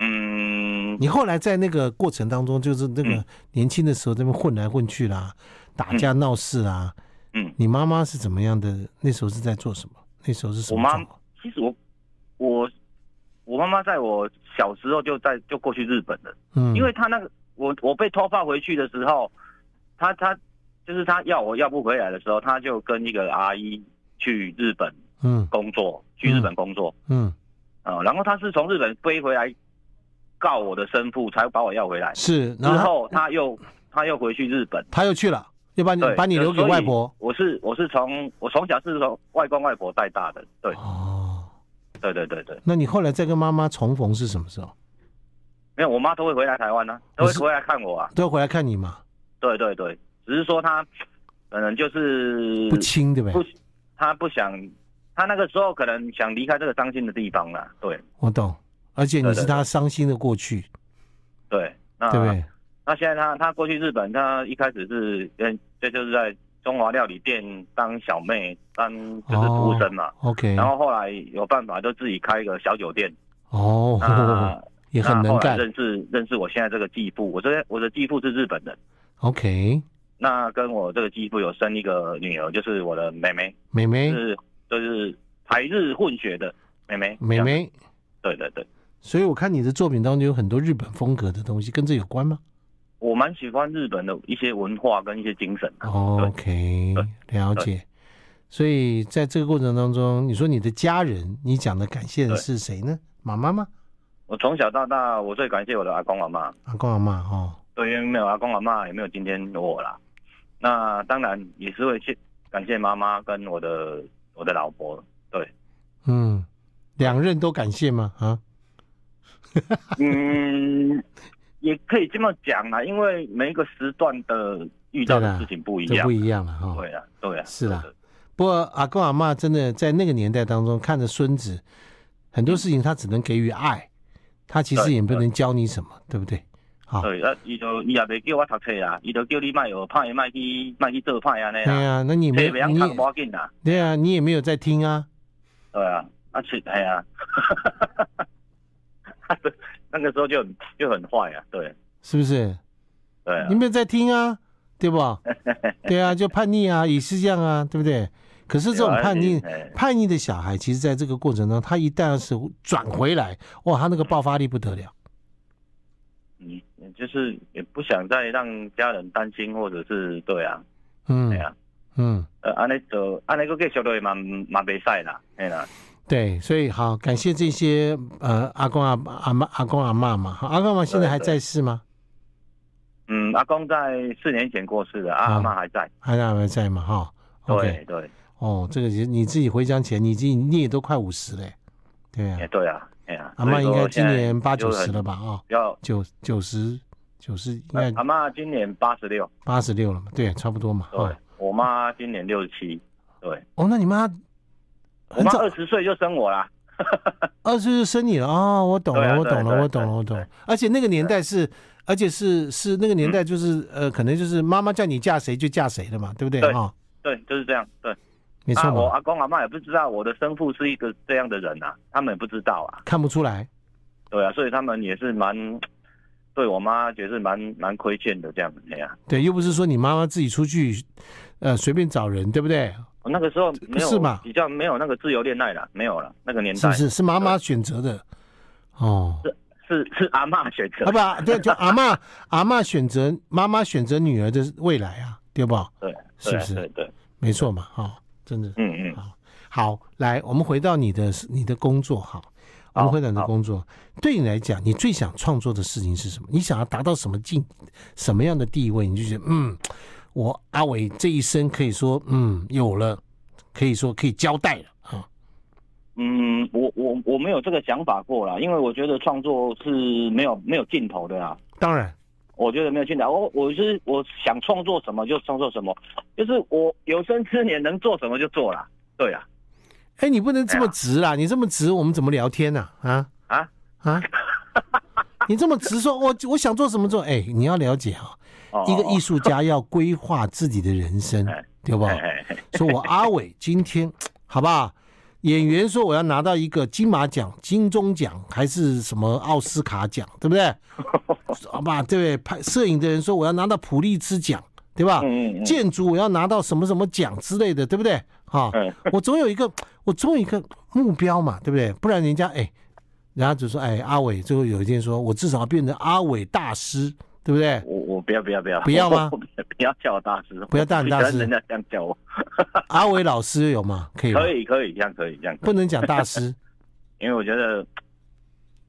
Speaker 2: 嗯，
Speaker 1: 你后来在那个过程当中，就是那个
Speaker 2: 嗯
Speaker 1: 年轻的时候，在那边混来混去啦，打架闹事啊，
Speaker 2: 嗯
Speaker 1: 你妈妈是怎么样的？那时候是在做什么？那时候是什
Speaker 2: 我
Speaker 1: 么
Speaker 2: 妈
Speaker 1: 状况？
Speaker 2: 其实我我我妈妈在我小时候就在就过去日本了，
Speaker 1: 嗯，
Speaker 2: 因为她那个我我被偷发回去的时候，她她就是她要我要不回来的时候，她就跟一个阿姨去日本
Speaker 1: 嗯
Speaker 2: 工作，去日本工作，
Speaker 1: 嗯
Speaker 2: 啊、然后她是从日本飞回来告我的生父，才把我要回来，
Speaker 1: 是，
Speaker 2: 之
Speaker 1: 然后
Speaker 2: 后她又她又回去日本。
Speaker 1: 他又去了，又把你
Speaker 2: 对，
Speaker 1: 把你留给
Speaker 2: 所以
Speaker 1: 外婆。
Speaker 2: 我是我是从我从小是从外公外婆带大的，对
Speaker 1: 哦，
Speaker 2: 对对对对，
Speaker 1: 那你后来再跟妈妈重逢是什么时候？
Speaker 2: 没有我妈都会回来台湾呢、都
Speaker 1: 你
Speaker 2: 会
Speaker 1: 是
Speaker 2: 回来看我啊，
Speaker 1: 都要回来看你嘛，
Speaker 2: 对对对，只是说她可能就是
Speaker 1: 不亲对不对？
Speaker 2: 嗯不她不想，她那个时候可能想离开这个伤心的地方啦，对
Speaker 1: 我懂，而且你
Speaker 2: 对
Speaker 1: 是
Speaker 2: 对
Speaker 1: 他伤心的过去，
Speaker 2: 对，那
Speaker 1: 对不对？
Speaker 2: 那现在她她过去日本，她一开始是嗯，这就是在中华料理店当小妹，当就是服务生嘛。
Speaker 1: 哦？OK，
Speaker 2: 然后后来有办法，就自己开一个小酒店。那
Speaker 1: 哦，也很
Speaker 2: 啊那
Speaker 1: 能
Speaker 2: 后来
Speaker 1: 干。
Speaker 2: 认识认识我现在这个继父，我这我的继父是日本人，
Speaker 1: OK，
Speaker 2: 那跟我这个继父有生一个女儿，就是我的妹妹，
Speaker 1: 妹妹，
Speaker 2: 是就是台日混血的妹妹。
Speaker 1: 妹
Speaker 2: 这样，
Speaker 1: 妹，
Speaker 2: 对对对，
Speaker 1: 所以我看你的作品当中有很多日本风格的东西，跟这有关吗？
Speaker 2: 我蛮喜欢日本的一些文化跟一些精神的。啊对
Speaker 1: 哦 OK，了解。所以在这个过程当中，你说你的家人，你讲的感谢的
Speaker 2: 对
Speaker 1: 是谁呢？妈妈吗？
Speaker 2: 我从小到大，我最感谢我的阿公阿妈，
Speaker 1: 阿公阿妈哦，
Speaker 2: 对，因为没有阿公阿妈，也没有今天的我啦。那当然也是会去感谢妈妈跟我的我的老婆，对，
Speaker 1: 嗯，两任都感谢吗？啊，
Speaker 2: 嗯， *laughs* 也可以这么讲啦，因为每一个时段的遇到的事情不一
Speaker 1: 这
Speaker 2: 样
Speaker 1: 不，一样了哈、
Speaker 2: 对啊，对啊，
Speaker 1: 是啦
Speaker 2: 对
Speaker 1: 不过阿公阿妈真的在那个年代当中，看着孙子，很多事情他只能给予爱，他其实
Speaker 2: 对
Speaker 1: 也不能教你什么，对不对？好，
Speaker 2: 对，啊，伊就伊也袂叫我读册啦，伊就叫你卖学歹，卖去卖去做歹安尼
Speaker 1: 对
Speaker 2: 啦，
Speaker 1: 啊，那你
Speaker 2: 册
Speaker 1: 没
Speaker 2: 袂晓
Speaker 1: 你
Speaker 2: 读无要紧啦，
Speaker 1: 对啊，你也没有在听啊，
Speaker 2: 对啊，啊 *laughs* 是，哎呀、啊，那个时候就很就很坏啊，对
Speaker 1: 是不是？
Speaker 2: 对啊
Speaker 1: 你，没有在听啊，对
Speaker 2: *laughs*
Speaker 1: 不？对啊，就叛逆啊，也是这样啊，对不对？可是这种
Speaker 2: 对啊
Speaker 1: 叛逆
Speaker 2: 哎哎，
Speaker 1: 叛逆的小孩，其实在这个过程中，他一旦是转回来，哇，他那个爆发力不得了。
Speaker 2: 你你就是也不想再让家人担心，或者是对啊，哎
Speaker 1: 嗯
Speaker 2: 呀、
Speaker 1: 嗯，
Speaker 2: 呃，安尼就安尼，佫继续落去嘛唔嘛袂使啦，嘿啦，
Speaker 1: 对，所以好，感谢这些呃阿公阿阿妈阿公阿妈嘛，好阿公阿妈现在还在世吗？
Speaker 2: 嗯，阿公在四年前过世了，啊、
Speaker 1: 啊
Speaker 2: 阿妈还在。
Speaker 1: 还还还在嘛哈
Speaker 2: 对
Speaker 1: ？OK，
Speaker 2: 对，
Speaker 1: 哦，这个其实你自己回想起来，你自己你也都快五十嘞，对啊
Speaker 2: 哎，对啊，哎呀，
Speaker 1: 阿妈应该今
Speaker 2: 所以说现
Speaker 1: 年
Speaker 2: 在
Speaker 1: 八九
Speaker 2: 就
Speaker 1: 十
Speaker 2: 很
Speaker 1: 了吧？啊，
Speaker 2: 要
Speaker 1: 九九十九十应该
Speaker 2: 阿妈今年八十六，
Speaker 1: 八十六了嘛，对，差不多嘛。
Speaker 2: 对、
Speaker 1: 哈。
Speaker 2: 我妈今年六十七，对
Speaker 1: 哦，那你妈
Speaker 2: 我
Speaker 1: 很
Speaker 2: 妈
Speaker 1: 早
Speaker 2: 二十岁就生我啦。
Speaker 1: 二十岁啊就生你了哦，我懂
Speaker 2: 对
Speaker 1: 了，
Speaker 2: 啊
Speaker 1: 我懂
Speaker 2: 对
Speaker 1: 了，
Speaker 2: 对
Speaker 1: 我懂了，
Speaker 2: 对
Speaker 1: 我懂了
Speaker 2: 对。
Speaker 1: 而且那个年代是，而且是是那个年代就是呃，可能就是妈妈叫你嫁谁就嫁谁的嘛，对不对
Speaker 2: 对
Speaker 1: 啊？
Speaker 2: 对，就是这样。对，
Speaker 1: 没错
Speaker 2: 啊，我
Speaker 1: 嘛，
Speaker 2: 阿公阿妈也不知道我的生父是一个这样的人啊，他们也不知道啊。
Speaker 1: 看不出来。
Speaker 2: 对啊，所以他们也是蛮对我妈也是蛮蛮亏欠的这样子啊那样。
Speaker 1: 对，又不是说你妈妈自己出去，呃，随便找人，对不对？
Speaker 2: 我哦那个时候没有
Speaker 1: 是吧
Speaker 2: 比较没有那个自由恋爱了，没有了那个年
Speaker 1: 是
Speaker 2: 代
Speaker 1: 不是？是妈妈选择的。哦，
Speaker 2: 是 *laughs* 是阿妈选择
Speaker 1: 啊，不啊，对，就阿嬷阿嬷选择妈妈选择女儿的未来啊，对吧？
Speaker 2: 对，
Speaker 1: 是
Speaker 2: 对
Speaker 1: 不是
Speaker 2: 对对，
Speaker 1: 没错嘛，哈、真的。
Speaker 2: 嗯嗯，
Speaker 1: 好，来，我们回到你的你的工作哈，我们回到你的工作，对你来讲，你最想创作的事情是什么？你想要达到什么境，什么样的地位？你就觉得，嗯，我阿伟这一生可以说，嗯，有了，可以说可以交代了啊。
Speaker 2: 嗯，我我我没有这个想法过啦，因为我觉得创作是没有没有尽头的啊。
Speaker 1: 当然，
Speaker 2: 我觉得没有尽头，我我是我想创作什么就创作什么，就是我有生之年能做什么就做啦。对啊，
Speaker 1: 哎，你不能这
Speaker 2: 哎
Speaker 1: 么
Speaker 2: 呀
Speaker 1: 直啦，你这么直，我们怎么聊天呢、啊？
Speaker 2: 啊 *laughs*
Speaker 1: 啊你这么直说，我我想做什么做？哎，你要了解哈、
Speaker 2: 哦
Speaker 1: 一个艺术啊家要规划自己的人生，
Speaker 2: 哎
Speaker 1: 对吧？
Speaker 2: 嘿嘿嘿
Speaker 1: 说我阿伟今天好不好？演员说我要拿到一个金马奖、金钟奖还是什么奥斯卡奖，对不
Speaker 2: *laughs*
Speaker 1: 对？好吧，对不对？拍摄影的人说我要拿到普利兹奖，对吧？
Speaker 2: 嗯嗯嗯
Speaker 1: 建筑我要拿到什么什么奖之类的，对不对？哈、
Speaker 2: 嗯
Speaker 1: 我总有一个，我总有一个目标嘛，对不对？不然人家哎，人家就说哎，阿伟最后有一天说我至少要变成阿伟大师，对不对？
Speaker 2: 我我不要不要不要
Speaker 1: 不要吗
Speaker 2: 不要 *laughs* 叫我大师，
Speaker 1: 不要叫你大师
Speaker 2: *laughs* 我不喜欢人家这样叫我，
Speaker 1: 阿伟老师有吗？可以吗？
Speaker 2: 可以可以这样可以这样可以，
Speaker 1: 不能讲大师。
Speaker 2: 因为我觉得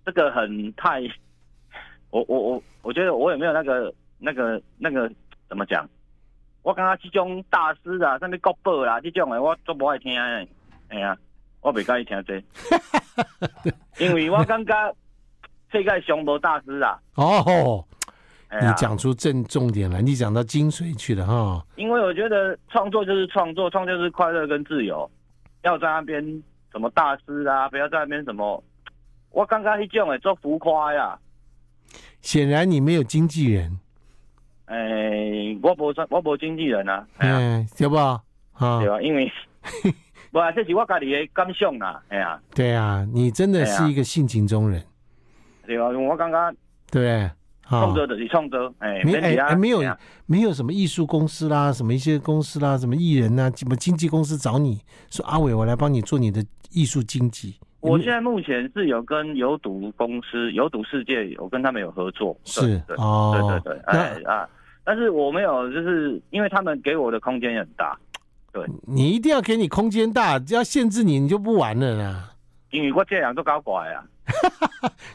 Speaker 2: 这个很太， *laughs* 我我我我觉得我也没有那个那个那个怎么讲，我感觉这种大师啊，什么国宝啦这种的，我都不爱听的，哎呀、我袂介意听这
Speaker 1: *laughs*
Speaker 2: 因为我感觉世界上无大师啊，
Speaker 1: 哦，
Speaker 2: 哎
Speaker 1: 你
Speaker 2: 呀、
Speaker 1: 讲出正重点了，你讲到精髓去了哈。
Speaker 2: 因为我觉得创作就是创作，创作就是快乐跟自由，要在那边什么大师啊，不要在那边什么，我刚刚迄种的做浮夸呀、
Speaker 1: 显然你没有经纪人，
Speaker 2: 诶、呃我无算我无经纪人啊，系啊，
Speaker 1: 嗯，对不？啊，*laughs*
Speaker 2: 对啊，因为，无啊，这是我家己的感想啦，系啊，
Speaker 1: 对啊，你真的是一个性情中人，
Speaker 2: 对啊，因为我感觉
Speaker 1: 对不对？
Speaker 2: 创
Speaker 1: 啊，
Speaker 2: 作就是创作，诶、
Speaker 1: 没
Speaker 2: 免
Speaker 1: 哦哎
Speaker 2: 得啊
Speaker 1: 哎，没有
Speaker 2: 嘿啊
Speaker 1: 没有什么艺术公司啦，什么一些公司啦，什么艺人呐，什么经纪公司找你说阿伟，我来帮你做你的艺术经纪。
Speaker 2: 我现在目前是有跟有毒公司、有毒世界，有跟他们有合作，对
Speaker 1: 是
Speaker 2: 对
Speaker 1: 哦
Speaker 2: 对，对对，哎
Speaker 1: 那
Speaker 2: 啊，但是我没有，就是因为他们给我的空间也很大，
Speaker 1: 你一定要给你空间大，只要限制你，你就不玩了啦。
Speaker 2: 因为我这人做搞怪啊，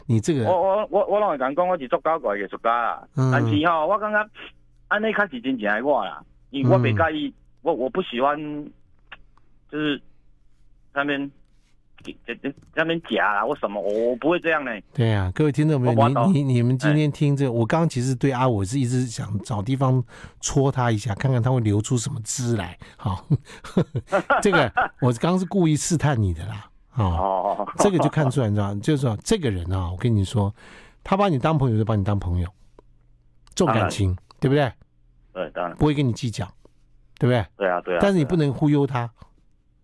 Speaker 1: 你这个
Speaker 2: 我我我我拢会讲讲我是做搞怪艺术家啦，
Speaker 1: 嗯
Speaker 2: 但是吼，我感觉安尼较是真正爱我啦，因为我袂介
Speaker 1: 嗯
Speaker 2: 意，我我不喜欢就是那边那边夹啦，我什么我我不会这样呢。
Speaker 1: 对呀、各位听众朋
Speaker 2: 我
Speaker 1: 友，
Speaker 2: 懂
Speaker 1: 你你你们今
Speaker 2: 哎
Speaker 1: 天听这个，我刚刚其实对阿伟是一直想找地方戳他一下，看看他会流出什么汁来。好， *laughs* 这个我刚刚是故意试探你的啦。啊、
Speaker 2: 哦，
Speaker 1: 这个就看出来，你知道，就是说这个人啊，我跟你说，他把你当朋友就把你当朋友，重
Speaker 2: 当
Speaker 1: 感
Speaker 2: 然
Speaker 1: 情，对不对？
Speaker 2: 对，当然
Speaker 1: 不会跟你计较，对不对？
Speaker 2: 对啊对啊，
Speaker 1: 但是你不能忽悠他，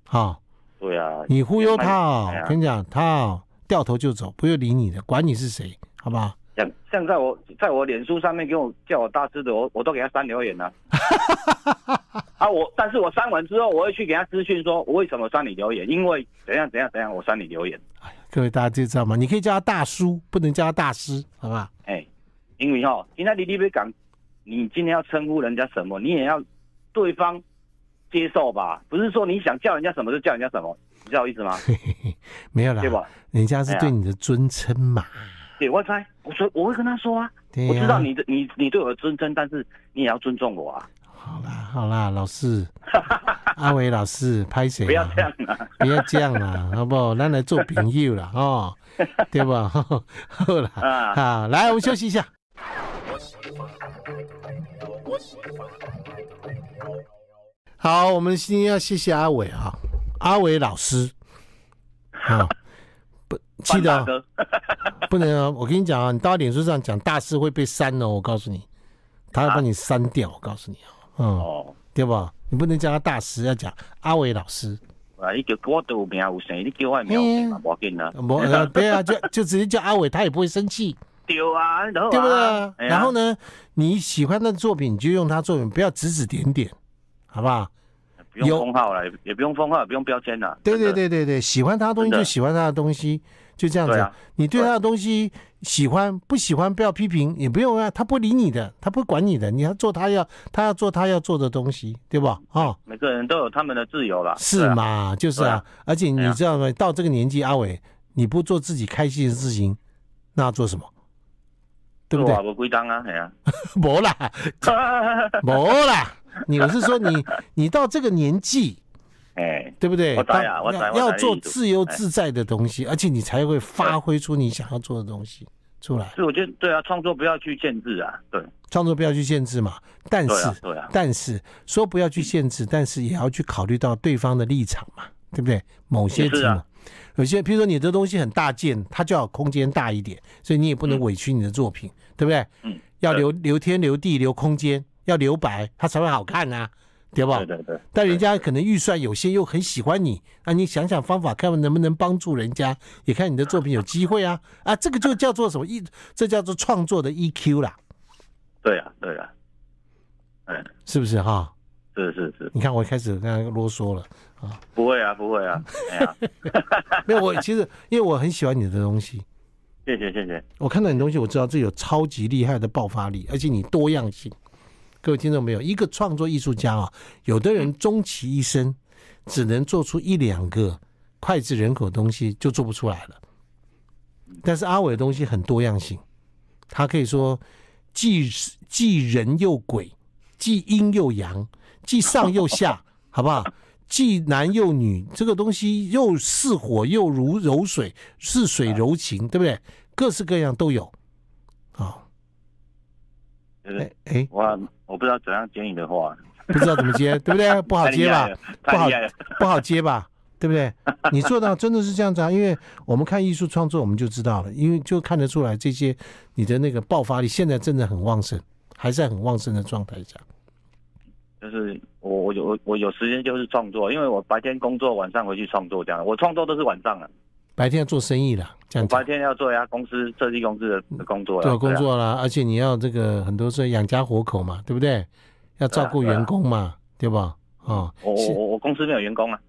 Speaker 1: 啊、
Speaker 2: 对啊，
Speaker 1: 你忽悠他
Speaker 2: 哎
Speaker 1: 啊、
Speaker 2: 呀
Speaker 1: 我跟你讲，他啊、掉头就走，不会理你的，管你是谁，好不好？
Speaker 2: 像像在我在我脸书上面给我叫我大师的，我我都给他删留
Speaker 1: *laughs*
Speaker 2: 言了。啊，我但是我删完之后，我会去给他私讯说，我为什么删你留言？因为怎样怎样怎样，我删你留言。
Speaker 1: 各位大家就知道吗？你可以叫他大叔，不能叫他大师，好吧？ *laughs*
Speaker 2: 哎、因为哈，今天你你别讲，你今天要称呼人家什么，你也要对方接受吧，不是说你想叫人家什么就叫人家什么，你知道我意思吗？
Speaker 1: 没有啦
Speaker 2: 对，吧？
Speaker 1: 人家是
Speaker 2: 哎呀
Speaker 1: 对你的尊称嘛，
Speaker 2: 对我猜，我说我会跟他说啊，
Speaker 1: 对
Speaker 2: 我
Speaker 1: 呀
Speaker 2: 知道你的你你对我的尊称，但是你也要尊重我啊，
Speaker 1: 好啦，好啦，老
Speaker 2: *laughs*
Speaker 1: 师，阿伟老师，拍谁？
Speaker 2: 不要这样啊，
Speaker 1: 不要这样
Speaker 2: *laughs*
Speaker 1: 啦，好不好？咱来做朋友啦，哦，对吧？好啦，
Speaker 2: 啊
Speaker 1: 好，来，我们休息一下。好，我们今天要谢谢阿伟啊，阿伟老师，啊、
Speaker 2: *laughs*
Speaker 1: 不记
Speaker 2: 范
Speaker 1: 得
Speaker 2: 大
Speaker 1: 啊
Speaker 2: 哥，
Speaker 1: 不能啊！我跟你讲啊，你到脸书上讲大事会被删哦，我告诉你，他要把你删掉，我告诉你啊，嗯，
Speaker 2: 啊哦，
Speaker 1: 对吧？你不能叫他大师，要讲阿伟老师。
Speaker 2: 啊，伊叫我都有名有姓，你叫我的名有姓嘛，无要紧啊， *laughs*
Speaker 1: 我呃，对啊，就就直接叫阿伟，他也不会生气，
Speaker 2: 对啊，然后
Speaker 1: 对不
Speaker 2: 啊
Speaker 1: 对？然后
Speaker 2: 呢，
Speaker 1: 呢，你喜欢他的作品，你就用他作品，不要指指点点，好不好？
Speaker 2: 不用
Speaker 1: 有
Speaker 2: 封号了，也也不用封号，也不用标签了，
Speaker 1: 对对
Speaker 2: 真的，
Speaker 1: 对对对，喜欢他的东西
Speaker 2: 真
Speaker 1: 就
Speaker 2: 的
Speaker 1: 喜欢他的东西，就这样
Speaker 2: 对
Speaker 1: 子
Speaker 2: 啊。
Speaker 1: 你对
Speaker 2: 对
Speaker 1: 他的东西喜欢不喜欢，不要批评，也不用啊，他不理你的，他不管你的，你要做他要他要做他要做的东西，对吧？啊，
Speaker 2: 每个人都有他们的自由啦，对
Speaker 1: 是
Speaker 2: 啊？
Speaker 1: 嘛？就是啊，而且
Speaker 2: 对
Speaker 1: 你
Speaker 2: 啊
Speaker 1: 知道吗？到这个年纪，阿伟，你不做自己开心的事情，那要做什么？对不对？
Speaker 2: 我规章啊，哎呀， *laughs*
Speaker 1: *laughs* 没啦，没啦。你我是说
Speaker 2: *laughs*
Speaker 1: 你，你到这个年纪，
Speaker 2: 哎，
Speaker 1: 对不对？
Speaker 2: 我知
Speaker 1: 当
Speaker 2: 啊我知
Speaker 1: 要
Speaker 2: 我知
Speaker 1: 要
Speaker 2: 你
Speaker 1: 做
Speaker 2: 意思
Speaker 1: 自由
Speaker 2: 哎
Speaker 1: 自在的东西，而且你才会发挥出你想要做的东西出来。
Speaker 2: 所以我觉得对啊，创作不要去限制啊，对，
Speaker 1: 创作不要去限制嘛，但
Speaker 2: 对
Speaker 1: 是
Speaker 2: 啊，对啊，
Speaker 1: 但是说不要去限制，但是也要去考虑到对方的立场嘛，对不对？某些
Speaker 2: 也是
Speaker 1: 题目
Speaker 2: 啊，
Speaker 1: 有些，譬如说你的东西很大件，它就要有空间大一点，所以你也不能委屈你的作品，对不对？
Speaker 2: 嗯，
Speaker 1: 要留留天留地留空间，要留白，它才会好看啊，对不？
Speaker 2: 对对对，
Speaker 1: 但人家可能预算有限，又很喜欢你，那、你想想方法，看能不能帮助人家，也看你的作品有机会啊啊，这个就叫做什么一，这叫做创作的 EQ 啦，
Speaker 2: 对啊，对啊，嗯，
Speaker 1: 是不是哈？
Speaker 2: 是是
Speaker 1: *laughs*
Speaker 2: 是，
Speaker 1: 你看我开始刚刚啰嗦了，
Speaker 2: 不会啊，不会啊，哎
Speaker 1: *laughs*
Speaker 2: 呀，
Speaker 1: 没有我其实因为我很喜欢你的东西，
Speaker 2: 谢谢谢谢，
Speaker 1: 我看到你东西，我知道这有超级厉害的爆发力，而且你多样性。各位听众朋友，一个创作艺术家啊，有的人终其一生只能做出一两个脍炙人口的东西，就做不出来了。但是阿伟的东西很多样性，他可以说既既人又鬼，既阴又阳，既上又下，好不好？ *laughs* 既男又女，这个东西又似火又如柔水，似水柔情，对不对？各式各样都有。啊、
Speaker 2: 就是
Speaker 1: 哎哎，
Speaker 2: 我我不知道怎样接你的话，
Speaker 1: 不知道怎么接，对不对？不好
Speaker 2: *laughs* 太厉
Speaker 1: 啊接吧不
Speaker 2: 害？了，太
Speaker 1: 好
Speaker 2: 厉害了，
Speaker 1: 不好接吧？对不对？你做到真的是这样子啊？因为我们看艺术创作，我们就知道了，因为就看得出来这些你的那个爆发力，现在真的很旺盛，还在很旺盛的状态下。
Speaker 2: 就是我我有我我有时间就是创作，因为我白天工作，晚上回去创作这样，我创作都是晚上的，
Speaker 1: 白天要做生意了，这
Speaker 2: 我
Speaker 1: 样子
Speaker 2: 白天要做一下公司设计公司的的工作啦，
Speaker 1: 嗯对工
Speaker 2: 啊，
Speaker 1: 作啦，而且你要这个很多是养家活口嘛，对不对？要照顾
Speaker 2: 对啊对啊
Speaker 1: 员工嘛，对吧？啊、
Speaker 2: 我我我我公司没有员工啊，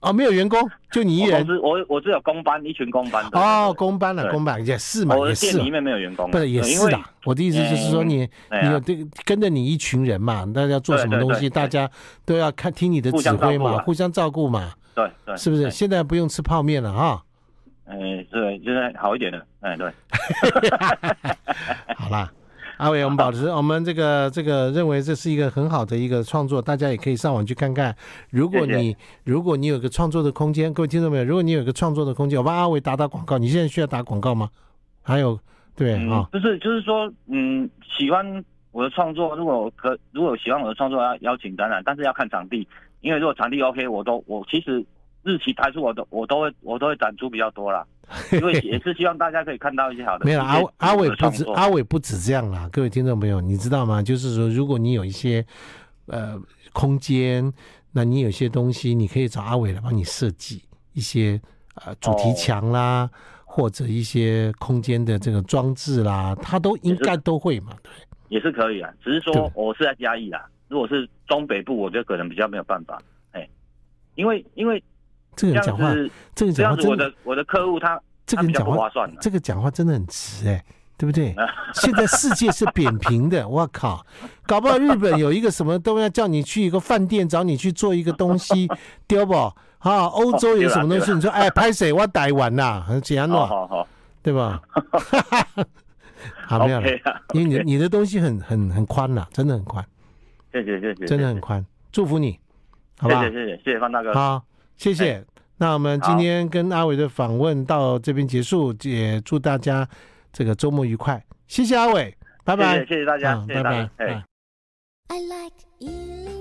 Speaker 1: 哦，没有员工，就你一
Speaker 2: 我公
Speaker 1: 人
Speaker 2: 司我我只有工班，一群工班的
Speaker 1: 哦，公班了，
Speaker 2: 对
Speaker 1: 公班也是嘛，
Speaker 2: 我
Speaker 1: 也
Speaker 2: 的
Speaker 1: 是
Speaker 2: 店
Speaker 1: 嘛
Speaker 2: 里面没有员工啊，
Speaker 1: 不是也
Speaker 2: 对因
Speaker 1: 是
Speaker 2: 为
Speaker 1: 的，我的意思就是说
Speaker 2: 嗯
Speaker 1: 你、
Speaker 2: 哎
Speaker 1: 你有
Speaker 2: 呀
Speaker 1: 这个跟着你一群人嘛，大家要做
Speaker 2: 对
Speaker 1: 什么
Speaker 2: 对
Speaker 1: 东
Speaker 2: 对
Speaker 1: 西，大
Speaker 2: 对
Speaker 1: 家都要看听你的
Speaker 2: 互
Speaker 1: 指
Speaker 2: 相照
Speaker 1: 挥
Speaker 2: 顾
Speaker 1: 嘛，
Speaker 2: 啦
Speaker 1: 互相照顾嘛，
Speaker 2: 对对，
Speaker 1: 是不是？
Speaker 2: 哎？
Speaker 1: 现在不用吃泡面了
Speaker 2: *laughs*
Speaker 1: 哈。
Speaker 2: 哎，对，现在好一点了，哎，对，
Speaker 1: 好啦，阿伟，我们保持我们这个这个认为这是一个很好的一个创作，大家也可以上网去看看。如果
Speaker 2: 谢谢
Speaker 1: 你如果你有个创作的空间，各位听众朋友，如果你有个创作的空间，我帮阿伟打打广告。你现在需要打广告吗？还有对啊、
Speaker 2: 嗯，就是就是说，嗯，喜欢我的创作，如果可如果有喜欢我的创作，要邀请展览，但是要看场地，因为如果场地 OK，我都我其实日期排出我都我都会我都会展出比较
Speaker 1: *laughs*
Speaker 2: 多啦，因为也是希望大家可以看到一些好的
Speaker 1: 没有阿
Speaker 2: 一些
Speaker 1: 伟阿伟
Speaker 2: 自己的
Speaker 1: 不
Speaker 2: 创
Speaker 1: 止
Speaker 2: 作
Speaker 1: 阿伟不止这样啦，各位听众朋友，你知道吗？就是说，如果你有一些呃空间，那你有些东西，你可以找阿伟来帮你设计一些呃主题
Speaker 2: 哦
Speaker 1: 墙啦，或者一些空间的这个装置啦，他都应该都会嘛，对。
Speaker 2: 也是可以啊，只是
Speaker 1: 对
Speaker 2: 说我是在嘉义啦，如果是中北部，我觉得可能比较没有办法，哎，因为因为
Speaker 1: 这个
Speaker 2: 这
Speaker 1: 人讲
Speaker 2: 样
Speaker 1: 话，
Speaker 2: 子
Speaker 1: 这个人
Speaker 2: 这
Speaker 1: 讲
Speaker 2: 样
Speaker 1: 话
Speaker 2: 子我
Speaker 1: 真的
Speaker 2: 的，我的客户他
Speaker 1: 这个
Speaker 2: 他
Speaker 1: 人
Speaker 2: 比较
Speaker 1: 讲
Speaker 2: 不划
Speaker 1: 话，
Speaker 2: 算的，
Speaker 1: 这个讲话真的很直哎、对不
Speaker 2: *laughs*
Speaker 1: 对？
Speaker 2: 啊
Speaker 1: 现在世界是扁平的，我靠，搞不好日本有一个什么都要叫你去一个饭店找你去做一个东西， *laughs* 对不？啊，欧洲有什么东
Speaker 2: 哦对
Speaker 1: 西？
Speaker 2: 啦
Speaker 1: 你说哎，拍谁？我台湾呐，很简单
Speaker 2: 哦好好好，
Speaker 1: 对
Speaker 2: *laughs*
Speaker 1: 吧？好，没有了
Speaker 2: OK 啊，
Speaker 1: 因为你你的东西很很很宽呐，真的很宽，
Speaker 2: 谢谢谢谢，
Speaker 1: 真的很宽，祝福你，好
Speaker 2: 谢
Speaker 1: 吧
Speaker 2: 谢？谢谢谢谢范大哥，
Speaker 1: 好，谢
Speaker 2: 哎
Speaker 1: 谢。那我们今天跟阿伟的访问到这边结束，也祝大家这个周末愉快，谢谢阿伟，拜拜，
Speaker 2: 谢谢谢谢大家
Speaker 1: 嗯，
Speaker 2: 谢
Speaker 1: 拜
Speaker 2: 谢大
Speaker 1: 拜
Speaker 2: 家，，哎
Speaker 1: 嗯。
Speaker 3: I like 103.